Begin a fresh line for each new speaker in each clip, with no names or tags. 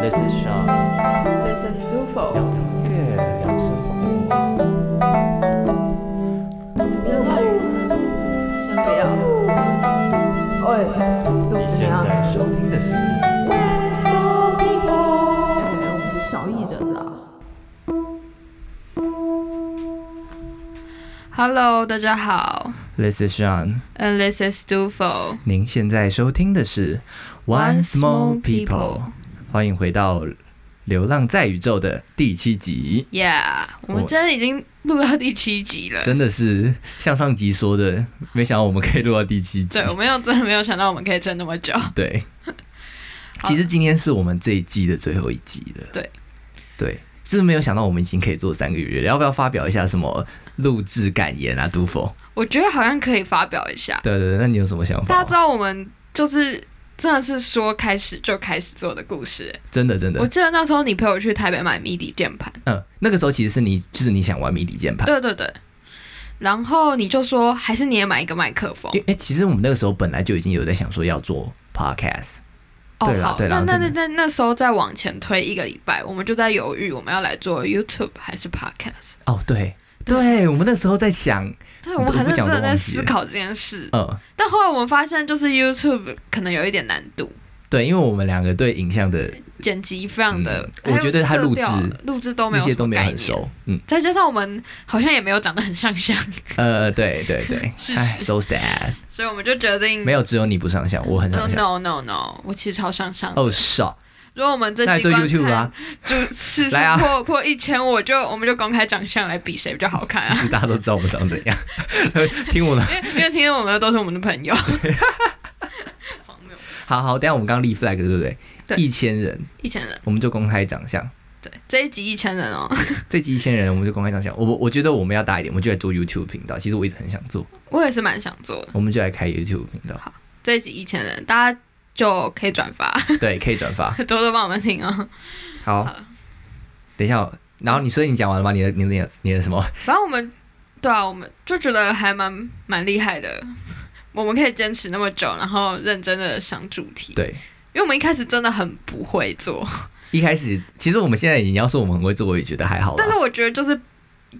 This is Sean，
This is Dufo。
月亮生活。
先不要。喂，又
你
哎是怎
现
样？
在收听的是
感哎觉我们是少一人了。
Hello，大家好
This is Sean，
，and this is Dufo。
您现在收听的是
One Small People
欢迎回到《流浪在宇宙》的第七集。
Yeah，我们
我
真的已经录到第七集了。
真的是像上集说的，没想到我们可以录到第七集
对，。我没有真的没有想到我们可以撑那么久。
对，其实今天是我们这一季的最后一集了。
对，
对，就是没有想到我们已经可以做三个月了。要不要发表一下什么录制感言啊？杜否？
我觉得好像可以发表一下。
对对对，那你有什么想
大
法
家知？道我们就是真的是说开始就开始做的故事。
真的真
我
的，
记得那时候你陪我去台北买迷底键盘，
嗯，那个时候其实是你，就是你想玩迷底键盘。
对对对。然后你就说，还是你也买一个麦克风
因为哎、其实我们那个时候本来就已经有在想说要做 podcast，
哦
对。啦
好，
对啦
那那那
真
那那时候再往前推一个礼拜，我们就在犹豫我们要来做 YouTube 还是 Podcast。
哦，对对，我们那时候在想，
对，
我
我们
不
很认
讲
真
我都
的在
忘记
思
了
考这件事，
嗯，
但后来我们发现，就是 YouTube 可能有一点难度，
对，因为我们两个对影像的
剪辑非常的，
嗯
还有
我觉得它
色
录
调
制
录制都没
那
有
些
什
都
么
没有
概
很
念，
熟，嗯，
再加上我们好像也没有长得很上相，
呃，对对对，
是
哎
是
，so sad，
所以我们就决定
没有只有你不上相，我很
呃
上相。
no no no，我其实超上相的。
哦，是啊，
如果我们这
那你
集
做
观
YouTube
看
啊，
就次数
来啊
破破一千，我就我们就公开长相来比谁比较好看啊！
就大家都知道我长怎样， 听我的。
因为因为听我们的都是我们的朋 友，荒谬
好好，等一下我们刚刚立 flag 对不对？
对
一千人
一千人，
我们就公开长相，
对这一集一千人哦，
这集一千人我们就公开长相。我我觉得我们要大一点，我们就来做 YouTube 频道。其实我一直很想做，
我也是蛮想做的。
我们就来开 YouTube 频 道。
这一集一千人，大家就可以转发，
对，可以转发。
多多帮我们听哦。
好，等一下哦，然后你所以你讲完了吗？你的、你的、你的你的什么？
反正我们对啊，我们就觉得还蛮蛮厉害的，我们可以坚持那么久，然后认真的想主题。，
对，
因为我们一开始真的很不会做，
一开始其实我们现在你要说我们很会做，我也觉得还好啦
但 是。我觉得就是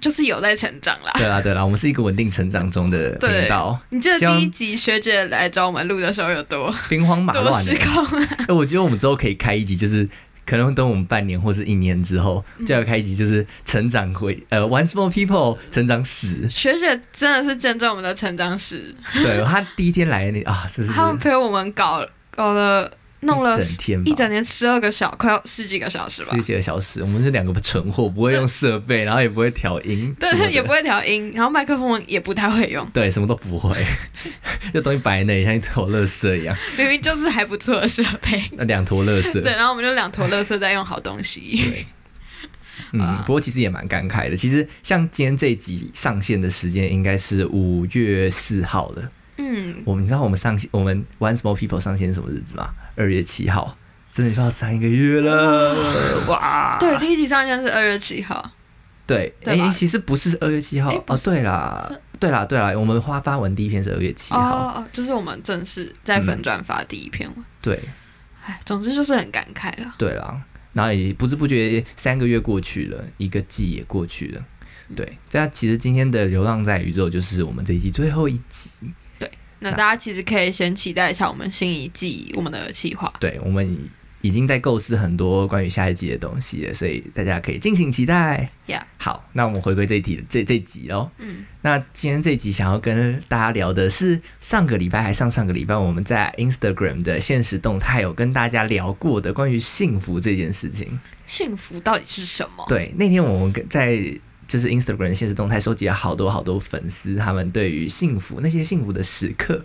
就是有在成长啦。
对啦对啦，我们是一个稳定成长中的
对
频道，
你记得
希望
第一集学姐来找我们录的时候有多
兵荒马
多
乱
失
的、
控啊？。
哎、我觉得我们之后可以开一集，就是可能等我们半年或是一年之后，就要开一集，就是成长回呃，One Small People 成长史
学姐真的是见证我们的成长史，
对他第一天来那啊，是是是
他，们陪我们搞搞了弄了
一整天吧
一整天十二个小，快要十几个小时吧
十。几个小时，我们是两个蠢货，不会用设备，然后也不会调音，什么的
对，也不会调音，然后麦克风也不太 会用，
对，什么都不会，这东西摆在那里像一坨垃圾 一样，
明明就是还不错的设备。
那两坨垃圾。
对，然后我们就两坨垃圾在用好东西。
对
啊
嗯，不过其实也蛮感慨的。其实像今天这一集上线的时间应该是五月四号了。
嗯，
我们你知道我们上线，我们 One Small People 上线是什么日子吗？二月七号，真的要三个月了，哇！
对，第一集上线是二月七号，
对，
对吧
哎，其实不是二月七号
哎不
哦，
是
对啦，对啦，对啦，我们花发文第一篇是二月七
哦
号，嗯
哦，就是我们正式在粉转发第一篇文。
对
哎、总之就是很感慨了。
对啦，然后也不知不觉三个月过去了，一个季也过去了，对，这样其实今天的《流浪在宇宙》就是我们这一季最后一集，
那大家其实可以先期待一下我们新一季我们的企划。
对，我们已经在构思很多关于下一季的东西了，所以大家可以敬请期待。
Yeah
好，那我们回归这一题，这这一集喽。
嗯，
那今天这一集想要跟大家聊的是上个礼拜还上上个礼拜我们在 Instagram 的现实动态有跟大家聊过的关于幸福这件事情。
幸福到底是什么？
对，那天我们跟在就是 Instagram 的现实动态收集了好多好多粉丝他们对于幸福那些幸福的时刻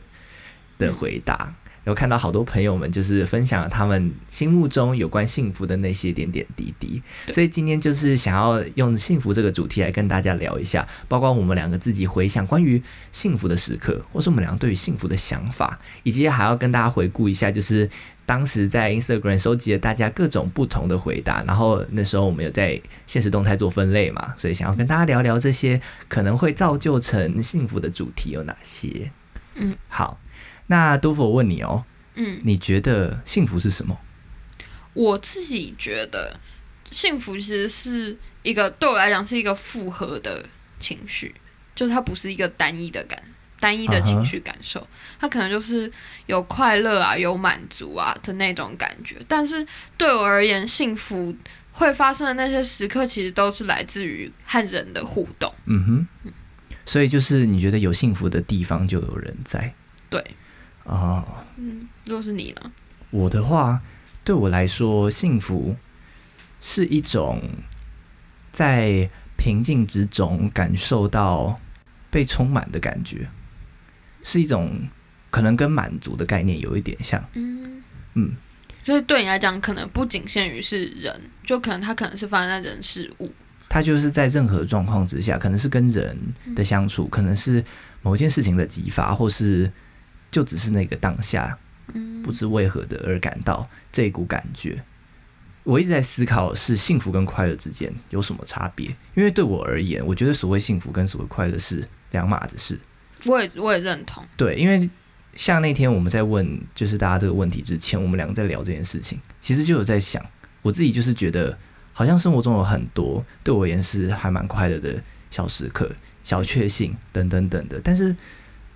的回答，有看到好多朋友们就是分享了他们心目中有关幸福的那些点点滴滴，所以今天就是想要用幸福这个主题来跟大家聊一下，包括我们两个自己回想关于幸福的时刻，或是我们两个对于幸福的想法，以及还要跟大家回顾一下，就是当时在 Instagram 收集了大家各种不同的回答，然后那时候我们有在现实动态做分类嘛，所以想要跟大家聊聊这些可能会造就成幸福的主题有哪些。
嗯，
好，那多福我问你哦，
嗯，
你觉得幸福是什么？
我自己觉得，幸福其实是一个对我来讲是一个复合的情绪，就是它不是一个单一的感，单一的情绪感受，它可能就是有快乐啊，有满足啊的那种感觉。但是对我而言，幸福会发生的那些时刻，其实都是来自于和人的互动。
嗯哼，所以就是你觉得有幸福的地方就有人在
对，
哦。
嗯，如果是你呢？
我的话，对我来说，幸福是一种在平静之中感受到被充满的感觉，是一种可能跟满足的概念有一点像。
嗯，
嗯，
就是对你来讲，可能不仅限于是人，就可能它可能是发生在人事物。
它就是在任何状况之下，可能是跟人的相处，可能是某件事情的激发，或是就只是那个当下。
嗯
不知为何的而感到这一股感觉。我一直在思考，是幸福跟快乐之间有什么差别？因为对我而言，我觉得所谓幸福跟所谓快乐是两码子事。
我也我也认同。
对，因为像那天我们在问就是大家这个问题之前，我们两个在聊这件事情，其实就有在想，我自己就是觉得，好像生活中有很多对我而言是还蛮快乐的小时刻、小确幸等等等的，但是。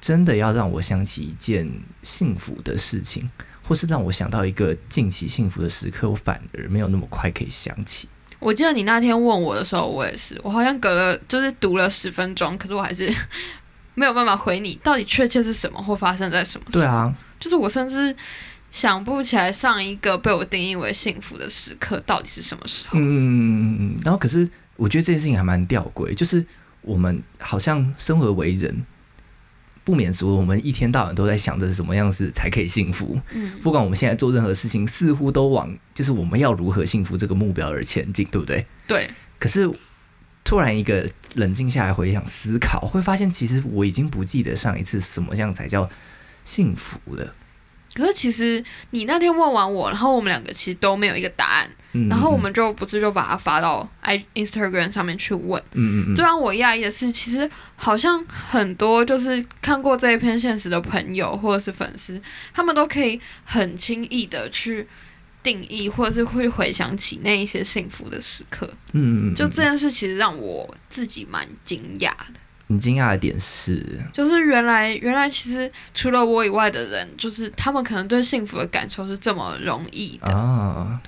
真的要让我想起一件幸福的事情，或是让我想到一个近期幸福的时刻，我反而没有那么快可以想起。
我记得你那天问我的时候，我也是，我好像隔了就是读了十分钟，可是我还是 没有办法回你，到底确切是什么或发生在什么？
对，啊，
就是我甚至想不起来上一个被我定义为幸福的时刻到底是什么时候。
嗯，然后可是我觉得这件事情还蛮吊诡，就是我们好像生而为人，不免俗，我们一天到晚都在想着什么样子才可以幸福。
嗯，
不管我们现在做任何事情，似乎都往就是我们要如何幸福这个目标而前进，对不对？
对，
可是突然一个冷静下来回想思考，会发现其实我已经不记得上一次什么样才叫幸福了。
可是其实你那天问完我，然后我们两个其实都没有一个答案，
嗯，
然后我们就不是就把它发到 i Instagram 上面去问。
嗯嗯嗯，
最让啊我讶异的是，其实好像很多就是看过这一篇现实的朋友或者是粉丝，他们都可以很轻易的去定义，或者是会回想起那一些幸福的时刻。
嗯嗯嗯，
就这件事，其实让我自己蛮惊讶的，
你惊讶的点是，
就是原来原来其实除了我以外的人，就是他们可能对幸福的感受是这么容易的。
啊。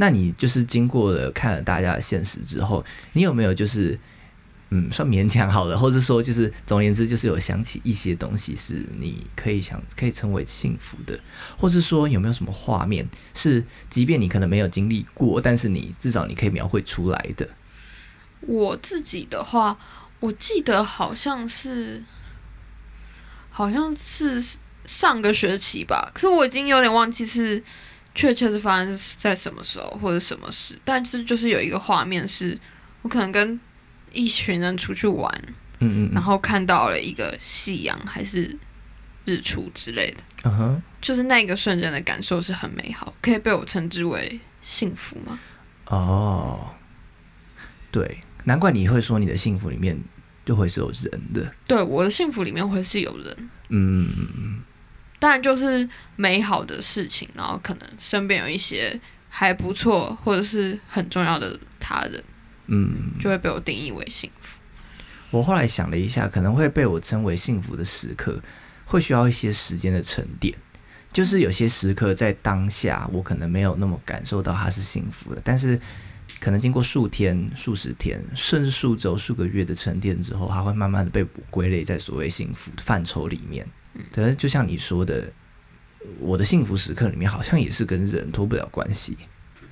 那你就是经过了看了大家的现实之后，你有没有就是，嗯，算勉强好了，或者说就是总而言之，就是有想起一些东西是你可以想可以成为幸福的，或是说有没有什么画面是，即便你可能没有经历过，但是你至少你可以描绘出来的。
我自己的话，我记得好像是，好像是上个学期吧，可是我已经有点忘记是确切是发生在什么时候或者什么事，但是就是有一个画面是，我可能跟一群人出去玩，
嗯嗯嗯，
然后看到了一个夕阳还是日出之类的，
嗯哼，
就是那个瞬间的感受是很美好，可以被我称之为幸福吗？
哦，对，难怪你会说你的幸福里面就会是有人的，
对，我的幸福里面会是有人。
嗯嗯嗯嗯。
当然就是美好的事情，然后可能身边有一些还不错或者是很重要的他人，
嗯
就会被我定义为幸福。
我后来想了一下，可能会被我称为幸福的时刻，会需要一些时间的沉淀。就是有些时刻在当下，我可能没有那么感受到它是幸福的，但是可能经过数天、数十天，甚至数周、数个月的沉淀之后，它会慢慢的被我归类在所谓幸福的范畴里面。可能就像你说的，我的幸福时刻里面好像也是跟人脱不了关系。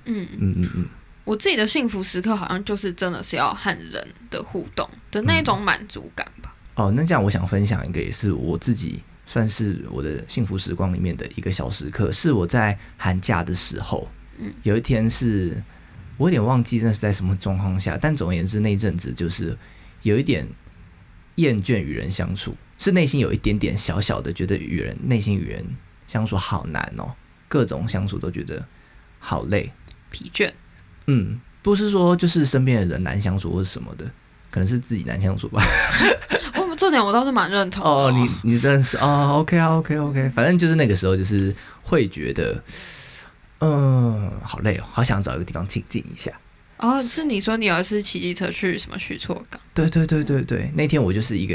嗯，
嗯嗯嗯，
我自己的幸福时刻好像就是真的是要和人的互动的那种满足感吧。
哦，那这样我想分享一个，也是我自己算是我的幸福时光里面的一个小时刻，是我在寒假的时候，
嗯
有一天是我有点忘记那是在什么状况下，但总而言之那一阵子就是有一点厌倦与人相处，是内心有一点点小小的觉得与人内心与人相处好难哦，各种相处都觉得好累，
疲倦，
嗯，不是说就是身边的人难相处或是什么的，可能是自己难相处吧。
我哦这点我倒是蛮认同的
哦，你你真的是哦，OK 啊，OK OK，反正就是那个时候就是会觉得，嗯，好累哦，好想找一个地方静静一下。
哦，是你说你有一次骑机车去什么许厝港？
对对对对对，那天我就是一个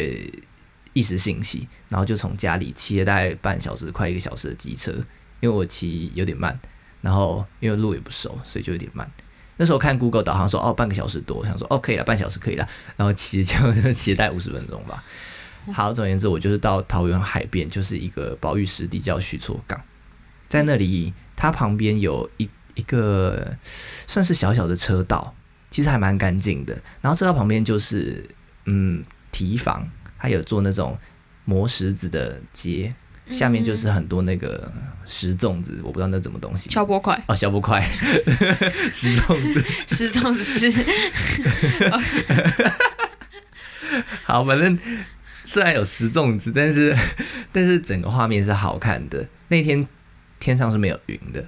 一时兴起，然后就从家里骑了大概半小时、快一个小时的机车，因为我骑有点慢，然后因为路也不熟，所以就有点慢。那时候看 Google 导航说哦半个小时多，我想说哦可以了，半小时可以了， 然后骑结果就骑了大概五十分钟吧。好，总而言之，我就是到桃园海边，就是一个保育湿地叫许厝港，在那里它旁边有一。一个算是小小的车道，其实还蛮干净的。然后车道旁边就是嗯堤防，它有做那种磨石子的街，下面就是很多那个石粽子，我不知道那什么东西。
消波块
哦，消波块，石粽子，
石粽子是。
好，反正虽然有石粽子，但是但是整个画面是好看的。那天天上是没有云的。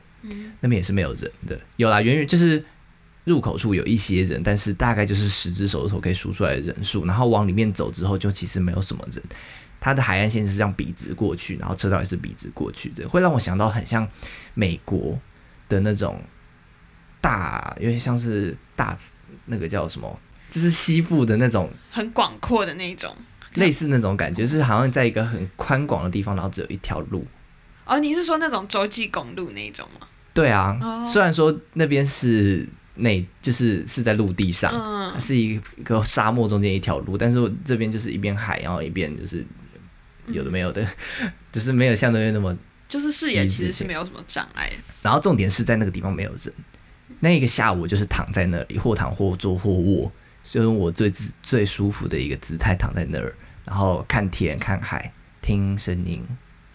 那边也是没有人的，有啦，远远就是入口处有一些人，但是大概就是十只手指头可以数出来的人数。然后往里面走之后，就其实没有什么人。它的海岸线是这样笔直过去，然后车道也是笔直过去的，会让我想到很像美国的那种大，有点像是大那个叫什么，就是西部的那种
很广阔的那种，
类似那种感觉，就是好像在一个很宽广的地方，然后只有一条路。
哦，你是说那种洲际公路那种吗？
对啊，oh. 虽然说那边是内，就是是在陆地上，嗯、是一个沙漠中间一条路，但是这边就是一边海，然后一边就是有的没有的， 嗯、就是没有像那边那么，
就是视野其实是没有什么障碍的。
然后重点是在那个地方没有人，那个下午就是躺在那里，或躺或坐或卧，就用我最自最舒服的一个姿态躺在那儿，然后看天看海，听声音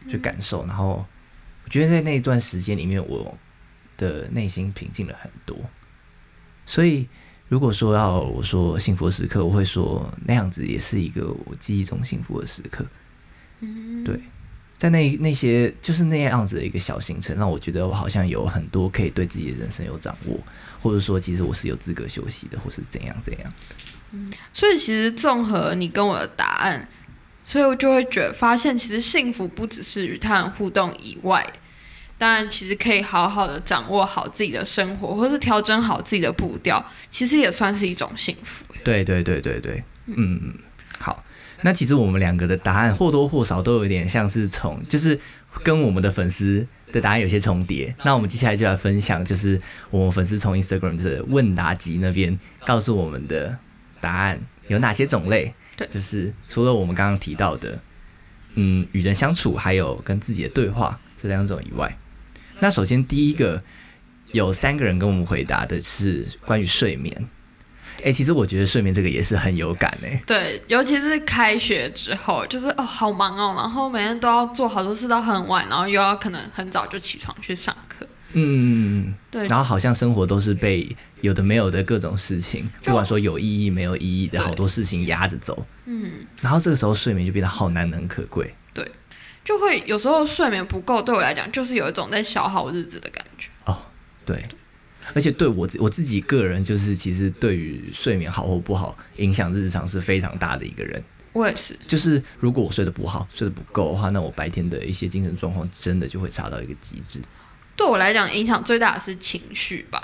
去感受，嗯、然后我觉得在那一段时间里面我。的内心平静了很多，所以如果说要我说幸福时刻，我会说那样子也是一个我记忆中幸福的时刻。嗯，对，在那那些就是那样子的一个小行程，让我觉得我好像有很多可以对自己的人生有掌握，或者说其实我是有资格休息的，或是怎样怎样。
嗯，所以其实综合你跟我的答案，所以我就会觉得发现，其实幸福不只是与他人互动以外。当然，其实可以好好的掌握好自己的生活，或是调整好自己的步调，其实也算是一种幸福。
对对对对对，嗯嗯，好。那其实我们两个的答案或多或少都有点像是从，就是跟我们的粉丝的答案有些重叠。那我们接下来就来分享，就是我们粉丝从 Instagram 的问答集那边告诉我们的答案有哪些种类。
对，
就是除了我们刚刚提到的，嗯，与人相处，还有跟自己的对话这两种以外。那首先第一个有三个人跟我们回答的是关于睡眠，哎、欸，其实我觉得睡眠这个也是很有感哎、欸，
对，尤其是开学之后，就是哦好忙哦，然后每天都要做好多事到很晚，然后又要可能很早就起床去上课，
嗯，
对，
然后好像生活都是被有的没有的各种事情，不管说有意义没有意义的好多事情压着走，
嗯，
然后这个时候睡眠就变得好难能可贵。
就会有时候睡眠不够，对我来讲就是有一种在消耗日子的感觉。
哦，对，而且对我我自己个人，就是其实对于睡眠好或不好，影响日常是非常大的一个人。
我也是，
就是如果我睡得不好，睡得不够的话，那我白天的一些精神状况真的就会差到一个极致。
对我来讲，影响最大的是情绪吧。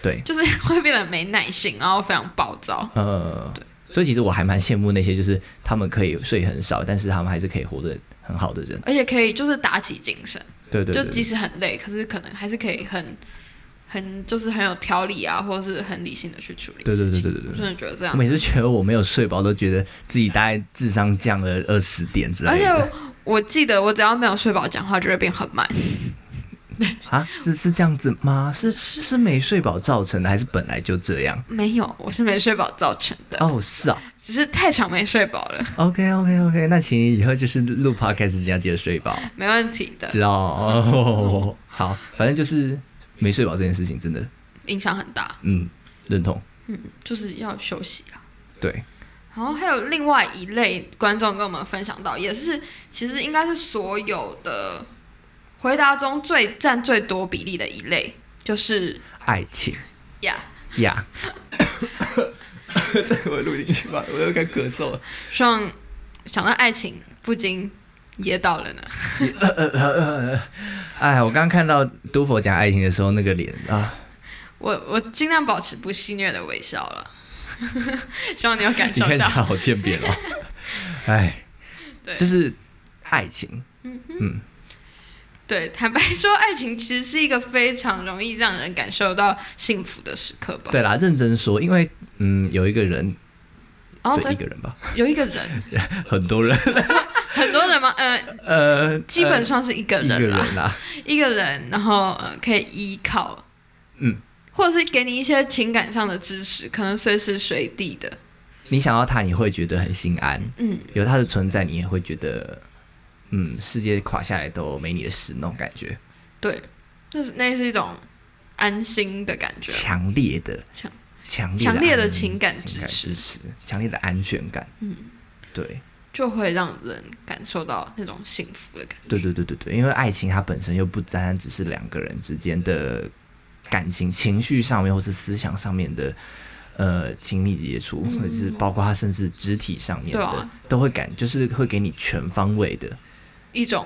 对，
就是 会变得没耐性，然后非常暴躁。
呃，
对，
所以其实我还蛮羡慕那些就是他们可以睡很少，但是他们还是可以活得。很好的人，啊
而且可以就是打起精神，
对对,
对对，就即使很累，可是可能还是可以很很就是很有条理啊，或者是很理性的去处理。
对对对对对对，
真的觉得这样。
我每次觉得我没有睡饱，都觉得自己大概智商降了二十点之类的。
而且我记得，我只要没有睡饱，讲话就会变很慢。
啊，是是这样子吗？是是没睡饱造成的，还是本来就这样？
没有，我是没睡饱造成的。
哦，是啊，
只是太长没睡饱了。
OK OK OK，那请你以后就是录 podcast 之前记得睡饱，
没问题的。
知道、哦， 好，反正就是没睡饱这件事情真的
影响很大。
嗯，认同。
嗯，就是要休息啊啦。
对。
然后还有另外一类观众跟我们分享到，也是其实应该是所有的。回答中最占最多比例的一类就是
爱情
呀
呀， 这个我录进去吧，我又该咳嗽了。
希望想到爱情不禁噎到了呢。
哎，我刚刚看到都佛讲爱情的时候那个脸啊，
我我尽量保持不戏谑的微笑了， 希望你有感
你
受
看起来
到。
好欠扁 哦。哎，
对，
就是爱情，
嗯哼
嗯，
对，坦白说，爱情其实是一个非常容易让人感受到幸福的时刻吧。
对啦，认真说，因为嗯，有一个人，
然后
对
他
一个人吧，
有一个人，
很多人，
很多人嘛，呃，
呃，
基本上是一个
呃一个
人啦，
人啦，
一个人，然后呃可以依靠，
嗯，
或者是给你一些情感上的支持，可能随时随地的，
你想到他，你会觉得很心安，
嗯，
有他的存在，你也会觉得，嗯，世界垮下来都没你的事那种感觉，
对，就是那是一种安心的感觉，
强烈的
强
强烈
强烈的
安
情感支
情感
持
支持，强烈的安全感，
嗯，
对。
就会让人感受到那种幸福的感觉。
对对对对对，因为爱情它本身又不单单只是两个人之间的感情、情绪上面，或是思想上面的呃亲密接触，
嗯
或者是包括它甚至肢体上面
对
的，
啊
都会感就是会给你全方位的
一种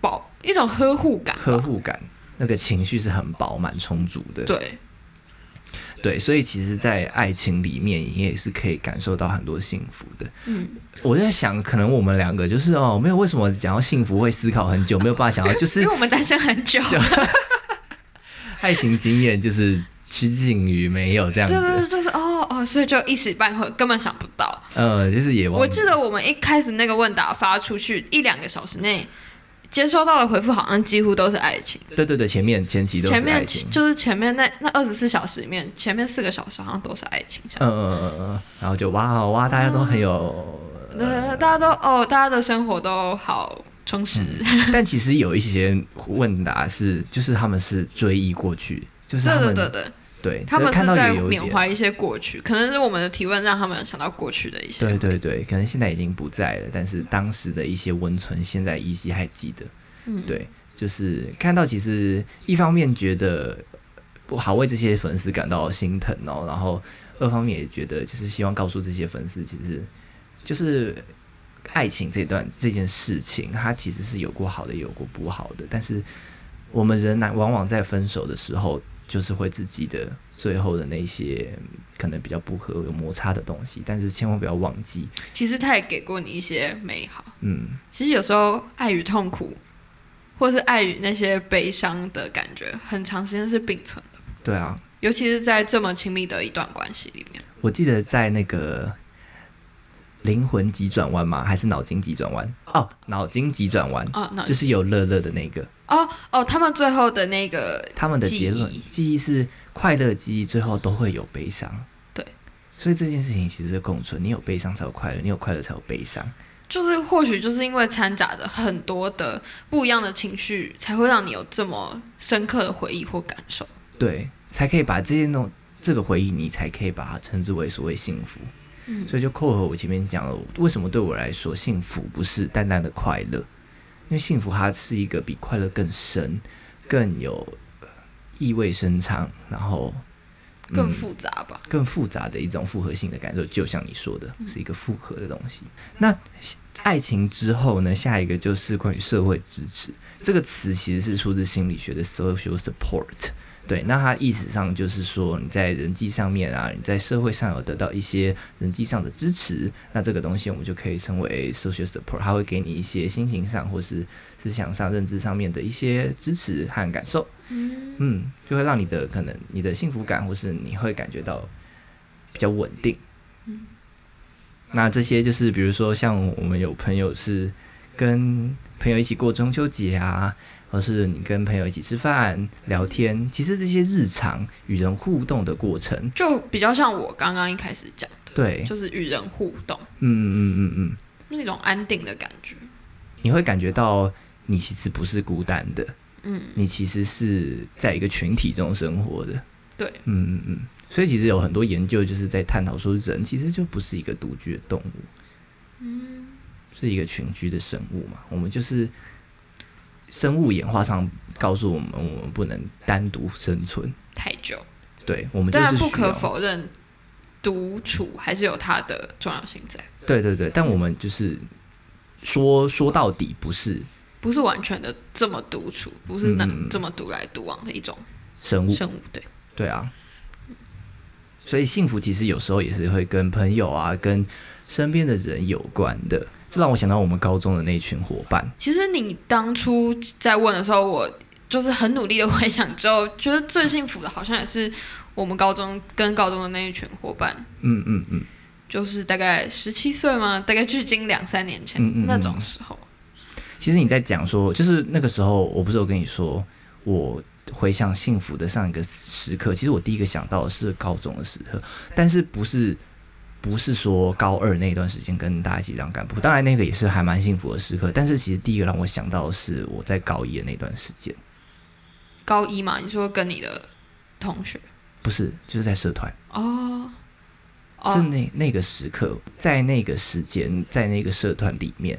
保一种呵护感吧，
呵护感，那个情绪是很饱满充足的。
对，
对所以其实，在爱情里面，你也是可以感受到很多幸福的。
嗯，
我在想，可能我们两个就是哦，没有为什么讲到幸福会思考很久，没有办法想到，就
因
是
为我们单身很久，
爱情经验就是趋近于没有这样
对对
子，
对，就是哦哦，所以就一时半会根本想不到。
呃，就是也忘
我记得我们一开始那个问答发出去一两个小时内，接收到的回复好像几乎都是爱情，
对对对，前面前期都是
前面
爱情，
就是前面那那二十四小时里面，前面四个小时好像都是爱情。
嗯嗯嗯嗯嗯，然后就哇哦哇，大家都很有，
呃，大家都哦，大家的生活都好充实，
但其实有一些问答是，就是他们是追忆过去，就是
对
他
对
们
对对，
对
他们
就是看
是
到
在
也有一
缅
点，
怀一些过去，可能是我们的提问让他们想到过去的一些
对对对，可能现在已经不在了，但是当时的一些温存，现在依稀还记得。
嗯，
对，就是看到其实一方面觉得我好为这些粉丝感到心疼哦，然后二方面也觉得就是希望告诉这些粉丝，其实就是爱情这段这件事情，它其实是有过好的，也有过不好的，但是我们仍然往往在分手的时候，就是会自己的最后的那些可能比较不合有摩擦的东西，但是千万不要忘记，
其实他也给过你一些美好。
嗯，
其实有时候爱与痛苦，或是爱与那些悲伤的感觉，很长时间是并存的，
对啊，
尤其是在这么亲密的一段关系里面。
我记得在那个灵魂急转弯吗？还是脑筋急转弯？哦，脑筋急转弯，
哦，那
就是有乐乐的那个，
哦哦，他们最后的那个
他们的结论
记忆
记忆是快乐记忆，最后都会有悲伤。
对，
所以这件事情其实是共存，你有悲伤才有快乐，你有快乐才有悲伤。
就是或许就是因为掺杂着很多的不一样的情绪，才会让你有这么深刻的回忆或感受。
对，才可以把这些弄这个回忆，你才可以把它称之为所谓幸福。
嗯
所以就扣合我前面讲了，为什么对我来说幸福不是单单的快乐，因为幸福它是一个比快乐更深、更有呃意味深长，然后嗯
更复杂吧。
更复杂的一种复合性的感受，就像你说的，是一个复合的东西。那爱情之后呢？下一个就是关于社会支持这个词，其实是出自心理学的 social support。对，那它意思上就是说你在人际上面啊，你在社会上有得到一些人际上的支持，那这个东西我们就可以称为 social support，它会给你一些心情上或是思想上、认知上面的一些支持和感受。
嗯，
嗯，就会让你的可能你的幸福感，或是你会感觉到比较稳定。
嗯
那这些就是比如说像我们有朋友是跟朋友一起过中秋节啊，或是你跟朋友一起吃饭聊天，其实这些日常与人互动的过程，
就比较像我刚刚一开始讲，
对，
就是与人互动，
嗯嗯嗯嗯，
那种安定的感觉。
你会感觉到你其实不是孤单的，
嗯，
你其实是在一个群体中生活的。
对，
嗯嗯嗯。所以其实有很多研究就是在探讨说，人其实就不是一个独居的动物，
嗯，
是一个群居的生物嘛。我们就是生物演化上告诉我们，我们不能单独生存。
太久。
对，我们就
当然
是
啊不
需
可
要。
否认，独处还是有它的重要性在。
对对对，但我们就是说说到底不是
不是完全的这么独处，不是能
嗯
这么独来独往的一种
生物，
生物，对，
对啊。所以幸福其实有时候也是会跟朋友啊、跟身边的人有关的。这让我想到我们高中的那群伙伴，
其实你当初在问的时候，我就是很努力的回想之后，觉得最幸福的好像也是我们高中跟高中的那一群伙伴，
嗯嗯嗯，
就是大概十七岁嘛，大概距今两三年前
嗯嗯嗯
那种时候，
其实你在讲说，就是那个时候，我不是有跟你说，我回想幸福的上一个时刻，其实我第一个想到的是高中的时刻，但是不是不是说高二那段时间跟大家一起当干部，当然那个也是还蛮幸福的时刻，但是其实第一个让我想到的是我在高一的那段时间，
高一嘛，你说跟你的同学
不是就是在社团，
哦，
是
哦，
那那个时刻，在那个时间，在那个社团里面，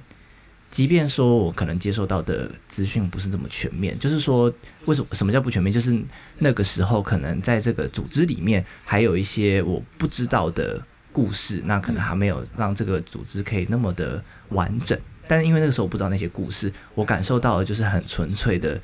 即便说我可能接受到的资讯不是这么全面，就是说为什么什么叫不全面？就是那个时候可能在这个组织里面还有一些我不知道的故事，那可能还没有让这个组织可以那么的完整。但因为那个时候我不知道那些故事，我感受到的就是很纯粹的，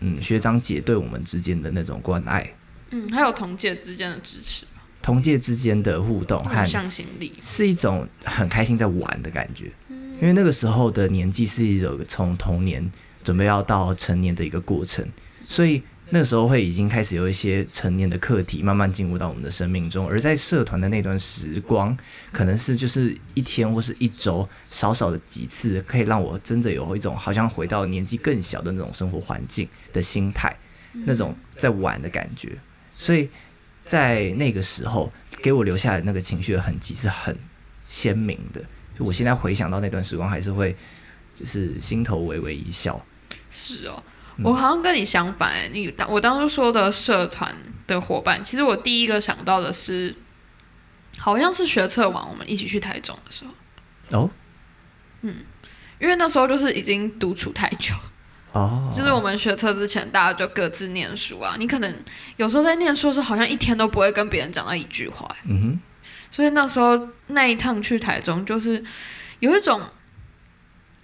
嗯，学长姐对我们之间的那种关爱，
嗯，还有同届之间的支持，
同届之间的互动
很
和
向心力，
是一种很开心在玩的感觉，因为那个时候的年纪是一种从童年准备要到成年的一个过程，所以那个时候会已经开始有一些成年的课题慢慢进入到我们的生命中，而在社团的那段时光，可能是就是一天或是一周少少的几次，可以让我真的有一种好像回到年纪更小的那种生活环境的心态，那种在玩的感觉，所以在那个时候给我留下的那个情绪的痕迹是很鲜明的。就我现在回想到那段时光，还是会就是心头微微一笑。
是哦，我好像跟你相反、欸，你当我当初说的社团的伙伴，其实我第一个想到的是，好像是学测完我们一起去台中的时候，
哦
因为那时候就是已经独处太久，
哦，
就是我们学测之前大家就各自念书啊，你可能有时候在念书的时候，好像一天都不会跟别人讲到一句话、欸
嗯哼，
所以那时候那一趟去台中，就是有一种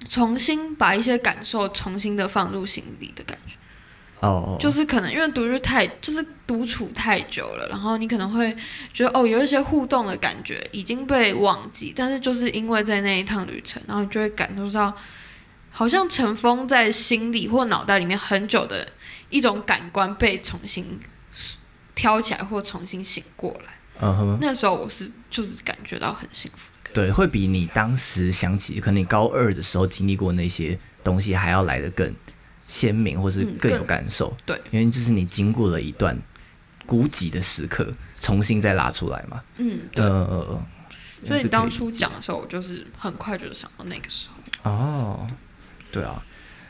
重新把一些感受重新的放入心里的感觉。
哦，
就是可能因为独居太就是独处太久了，然后你可能会觉得哦，有一些互动的感觉已经被忘记，但是就是因为在那一趟旅程，然后你就会感受到，好像尘封在心里或脑袋里面很久的一种感官被重新挑起来或重新醒过来。
嗯哼，
那时候我是就是感觉到很幸福的感
对，会比你当时想起，可能你高二的时候经历过那些东西，还要来的更鲜明，或是
嗯
更有
更
感受。
对，
因为就是你经过了一段孤寂的时刻，重新再拉出来嘛。
觉。嗯，对。
呃，
所以
是可
你
以
当初讲的时候，我就是很快就想到那个时候。
哦，对啊，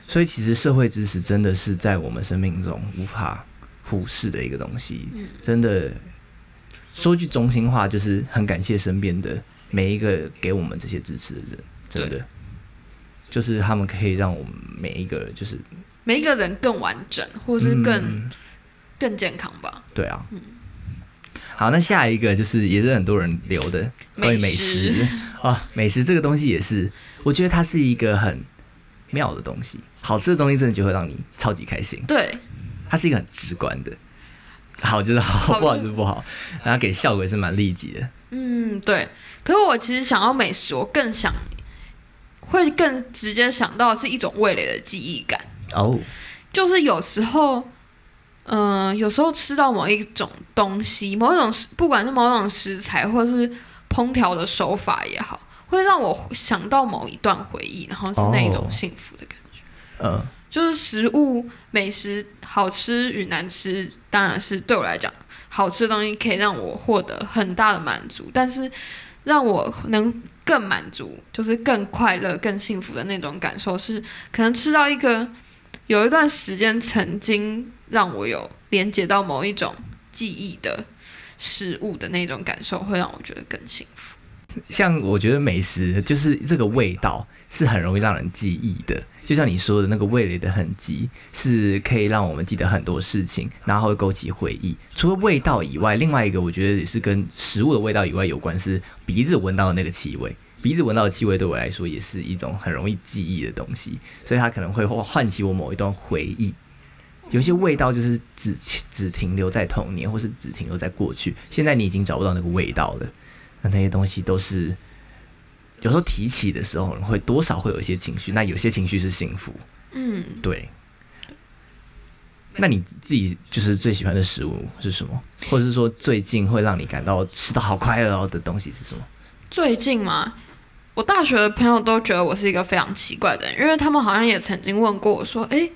所以其实社会知识真的是在我们生命中无法忽视的一个东西。真
嗯
的，说句中心话，就是很感谢身边的每一个给我们这些支持的人，真的，就是他们可以让我们每一个就是
每一个人更完整，或是更、
嗯
更健康吧。
对啊。好，那下一个就是也是很多人留的关于美
美 食
食啊，美食这个东西也是，我觉得它是一个很妙的东西，好吃的东西真的就会让你超级开心，
对，
它是一个很直观的，好就是好，
好
不好就是不好，然后给效果也是蛮立即的，
嗯，对。可是我其实想要美食，我更想会更直接想到是一种味蕾的记忆感，
哦，
就是有时候，嗯、有时候吃到某一种东西，某一种食不管是某种食材，或是烹调的手法也好，会让我想到某一段回忆，然后是那一种
哦
幸福的感觉。
呃，
就是食物、美食好吃与难吃，当然是对我来讲，好吃的东西可以让我获得很大的满足，但是让我能更满足，就是更快乐、更幸福的那种感受是，可能吃到一个有一段时间曾经让我有连接到某一种记忆的食物的那种感受，会让我觉得更幸福。
像我觉得美食就是这个味道是很容易让人记忆的，就像你说的那个味蕾的痕迹，是可以让我们记得很多事情，然后会勾起回忆。除了味道以外，另外一个我觉得也是跟食物的味道以外有关，是鼻子闻到的那个气味。鼻子闻到的气味对我来说也是一种很容易记忆的东西，所以它可能会唤起我某一段回忆。有些味道就是只只停留在童年，或是只停留在过去，现在你已经找不到那个味道了。那那些东西都是有时候提起的时候会多少会有一些情绪，那有些情绪是幸福，
嗯，
对。那你自己就是最喜欢的食物是什么？或者是说最近会让你感到吃到好快乐哦的东西是什么？
最近嘛，我大学的朋友都觉得我是一个非常奇怪的人，因为他们好像也曾经问过我说：“哎、欸，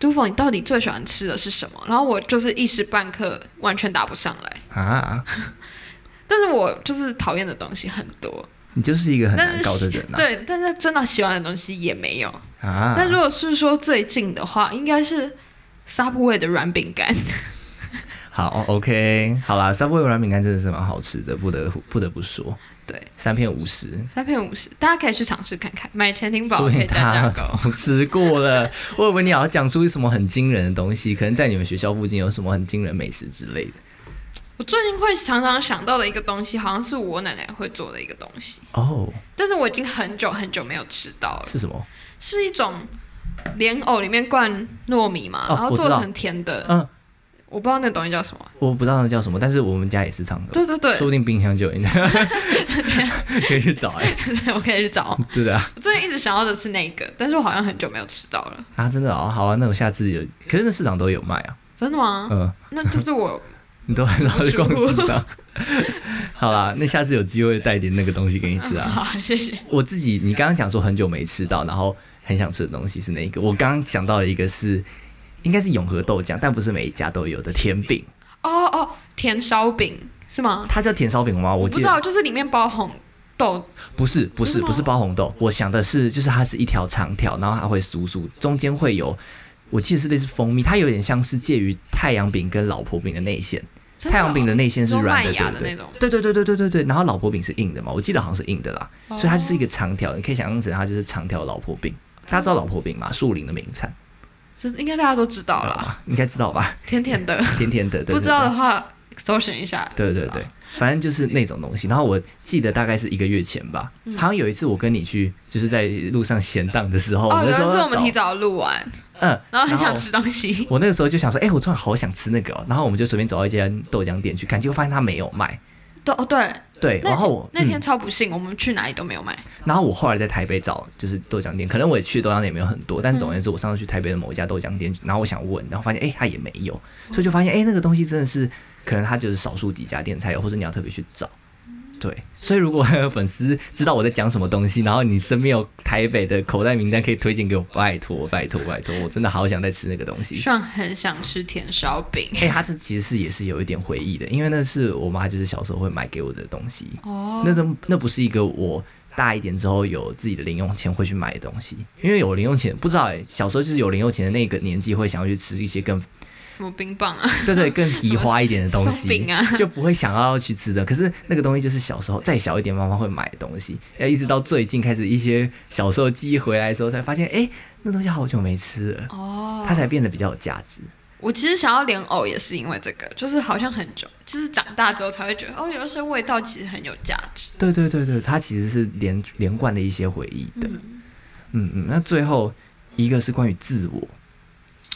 杜峰，你到底最喜欢吃的是什么？”然后我就是一时半刻完全答不上来
啊。
但是我就是讨厌的东西很多。
你就是一个很难搞的人啊。
对，但是真的喜欢的东西也没有
啊。
但如果是说最近的话，应该是。Subway 的软饼干，
好，OK，好啦，Subway 软饼干真的是蛮好吃的，不得不得不说。
对，
三片五十，
三片五十，大家可以去尝试看看，买前庭堡可以加价购。
吃过了，我以为你要讲出什么很惊人的东西，可能在你们学校附近有什么很惊人美食之类的。
我最近会常常想到的一个东西，好像是我奶奶会做的一个东西
哦，oh,
但是我已经很久很久没有吃到了。
是什么？
是一种。莲藕里面灌糯米嘛，
哦、
然后做成甜的。
嗯，
我不知道那东西叫什么，
我不知道那叫什么，但是我们家也是常有。
对对对，
说不定冰箱就有， 可以去找哎、
欸。 我可以去找。
对的、啊。
我最近一直想要的是那个，但是我好像很久没有吃到了。
啊，真的哦，好啊，那我下次有，可是那市场都有卖啊。
真的吗？
嗯，
那就是 我。
你都很少去逛市场， 好啦，那下次有机会带点那个东西给你吃啊。
好，谢谢。
我自己，你刚刚讲说很久没吃到，然后很想吃的东西是哪一个？我刚刚想到的一个是，应该是永和豆浆，但不是每一家都有的甜饼。
哦哦，甜烧饼是吗？
它叫甜烧饼吗？我
不知道，就是里面包红豆。
不是不是不是包红豆，我想的是就是它是一条长条，然后它会酥酥，中间会有。我记得是类似蜂蜜，它有点像是介于太阳饼跟老婆饼的内馅。
哦、
太阳饼的内馅是软的，
的
对不对？对对对对对对对。然后老婆饼是硬的嘛，我记得好像是硬的啦，哦、所以它就是一个长条，你可以想象成它就是长条老婆饼。大家知道老婆饼嘛？树林的名产，啊
是应该大家都知道啦，
应该知道 吧？
甜甜的，
甜甜哦的。对对对
哦不知道的话，搜寻一下。
对对对，反正就是那种东西。然后我记得大概是一个月前吧，嗯、好像有一次我跟你去，就是在路上闲荡的时候，
哦，
那时候
我们提早录完。
嗯，
然后很想吃东西。
我那个时候就想说，哎、欸，我突然好想吃那个、哦，然后我们就随便找到一间豆浆店去看，结果发现它没有卖。
对哦，对
对。然后我
那天超不幸，嗯、我们去哪里都没有卖。
然后我后来在台北找，就是豆浆店，可能我也去豆浆店没有很多，但总而言之，我上次去台北的某一家豆浆店，然后我想问，然后发现哎、欸，它也没有，所以就发现哎、欸，那个东西真的是可能它就是少数几家店才有，或者你要特别去找。对，所以如果粉丝知道我在讲什么东西，然后你身边有台北的口袋名单可以推荐给我，拜托拜托拜托，我真的好想再吃那个东西。
虽然很想吃甜烧饼，
哎、欸，它这其实是也是有一点回忆的，因为那是我妈就是小时候会买给我的东西。
哦，
那都那不是一个我大一点之后有自己的零用钱会去买的东西，因为有零用钱不知道哎、欸，小时候就是有零用钱的那个年纪会想要去吃一些更。
什么冰棒啊？
对对，更移花一点的东 西，
饼啊，
就不会想要去吃的。可是那个东西就是小时候再小一点，妈妈会买的东西。要一直到最近开始一些小时候记忆回来的时候，才发现，哎，那东西好久没吃了，
哦，
它才变得比较有价值。
我其实想要莲藕也是因为这个，就是好像很久，就是长大之后才会觉得，哦，有一些味道其实很有价值。
对对对对，它其实是连连贯的一些回忆的。嗯、嗯、嗯，那最后一个是关于自我。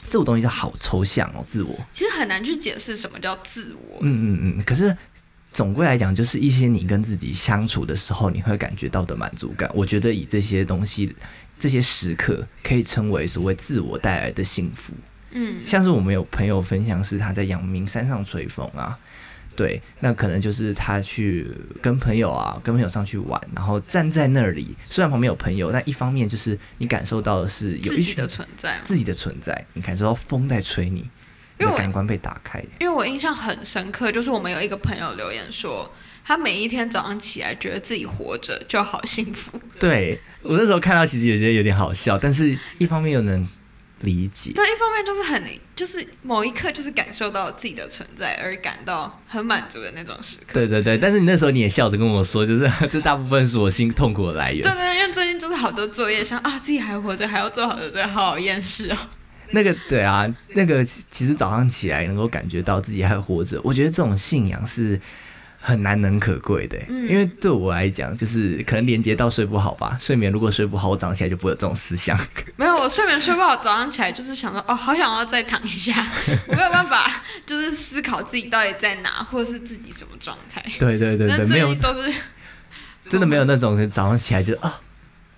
这种东西就好抽象哦，自我
其实很难去解释什么叫自我。
嗯嗯嗯，可是总归来讲，就是一些你跟自己相处的时候，你会感觉到的满足感。我觉得以这些东西、这些时刻，可以称为所谓自我带来的幸福。
嗯，
像是我们有朋友分享是他在阳明山上吹风啊，对，那可能就是他去跟朋友啊，跟朋友上去玩，然后站在那里，虽然旁边有朋友，但一方面就是你感受到的是有
自己的存在，
自己的存在，你感受到风在吹你，
因为我
感官被打开。
因为我印象很深刻，就是我们有一个朋友留言说，他每一天早上起来觉得自己活着就好幸福。
对我那时候看到，其实也觉得有点好笑，但是一方面又能。理解
对，一方面就是很，就是某一刻就是感受到自己的存在而感到很满足的那种时刻。
对对对，但是你那时候你也笑着跟我说，就是 这大部分是我心痛苦的来源。
对对，因为最近就是好多作业，想啊自己还活着，还要做好多作业，好好厌世哦。
那个对啊，那个其实早上起来能够感觉到自己还活着，我觉得这种信仰是很难能可贵的欸、
嗯
因为对我来讲，就是可能连接到睡不好吧。睡眠如果睡不好，我早上起来就不会有这种思 想。
没有，我睡眠睡不好，早上起来就是想说，哦，好想要再躺一下，我没有办法，就是思考自己到底在哪，或者是自己什么状态。
对对对
但
对，没
最
有
近都 是
真的没有那种早上起来就啊，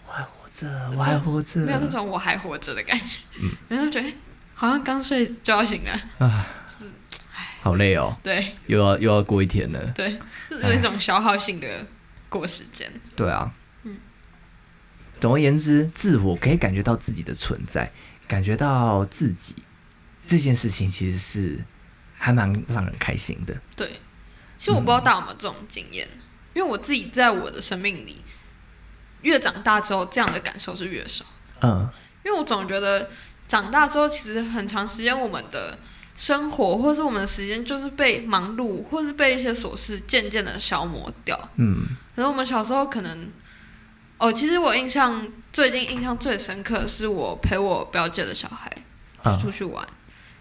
我还活着，我还活着，
没有那种我还活着的感觉，
嗯
然后觉得哎好像刚睡就要醒了，
啊，
是，
好累哦，
对
又要又要过一天了。
对，就是有一种消耗性的过时间。
对啊，
嗯
总而言之，自我可以感觉到自己的存在，感觉到自己这件事情其实是还蛮让人开心的。
对，其实我不知道大家有没有这种经验，
嗯
因为我自己在我的生命里，越长大之后，这样的感受是越少。
嗯，
因为我总觉得长大之后，其实很长时间我们的生活或是我们的时间就是被忙碌或是被一些琐事渐渐的消磨掉。
嗯，
可是我们小时候可能，哦，其实我印象最近印象最深刻的是我陪我表姐的小孩
嗯
出去玩，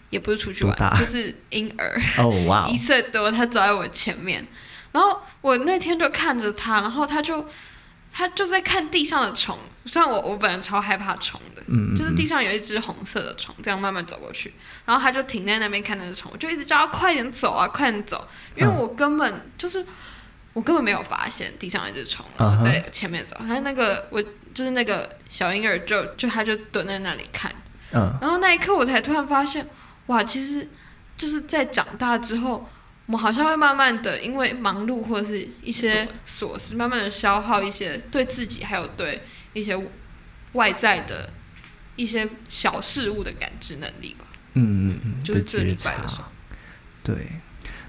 也不是出去
多大
玩，就是婴儿。
哦哇哦
一，岁多，他走在我前面，然后我那天就看着他，然后他就他就在看地上的虫，虽然我我本来超害怕虫的，
嗯嗯
就是地
嗯
上有一只红色的虫，这样慢慢走过去，然后他就停在那边看那只虫，我就一直叫他快点走啊，快点走，因为
嗯
我根本就是。我根本没有发现地上有一只虫，然
嗯
后在前面走。然后那个我就是那个小婴儿就，就他就蹲在那里看，
嗯，
然后那一刻，我才突然发现，哇，其实就是在长大之后，我们好像会慢慢的因为忙碌或者是一些琐事，慢慢的消耗一些对自己还有对一些外在的一些小事物的感知能力吧。
嗯嗯嗯，
就是
的
这礼拜
觉
的
察
时候
对，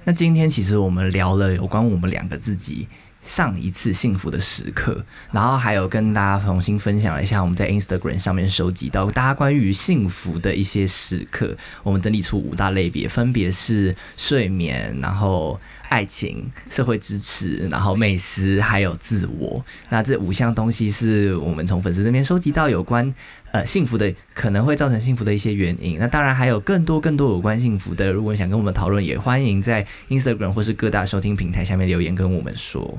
那今天其实我们聊了有关我们两个自己上一次幸福的时刻，然后还有跟大家重新分享了一下我们在 Instagram 上面收集到大家关于幸福的一些时刻，我们整理出五大类别，分别是睡眠，然后爱情、社会支持，然后美食，还有自我。那这五项东西是我们从粉丝那边收集到有关呃幸福的可能会造成幸福的一些原因。那当然还有更多更多有关幸福的，如果你想跟我们讨论，也欢迎在 Instagram 或是各大收听平台下面留言跟我们说。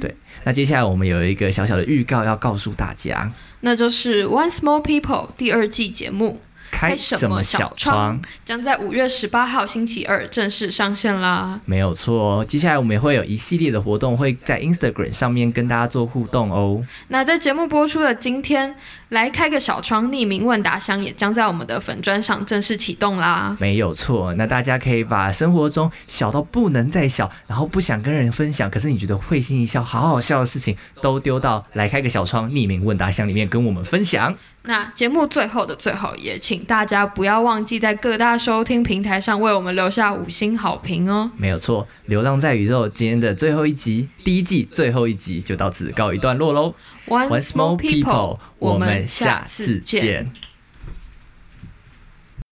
对，那接下来我们有一个小小的预告要告诉大家，
那就是《One Small People》第二季节目
开
什么
小
窗，将在五月十八号星期二正式上线啦。
没有错哦。接下来我们也会有一系列的活动，会在 Instagram 上面跟大家做互动哦。
那在节目播出的今天，来开个小窗匿名问答箱也将在我们的粉砖上正式启动啦。
没有错，那大家可以把生活中小到不能再小，然后不想跟人分享，可是你觉得会心一笑、好好笑的事情，都丢到来开个小窗匿名问答箱里面跟我们分享。
那节目最后的最后，也请大家不要忘记在各大收听平台上为我们留下五星好评哦。
没有错，《流浪在宇宙》今天的最后一集，第一季最后一集就到此告一段落喽。
One
One small people，我们下次见。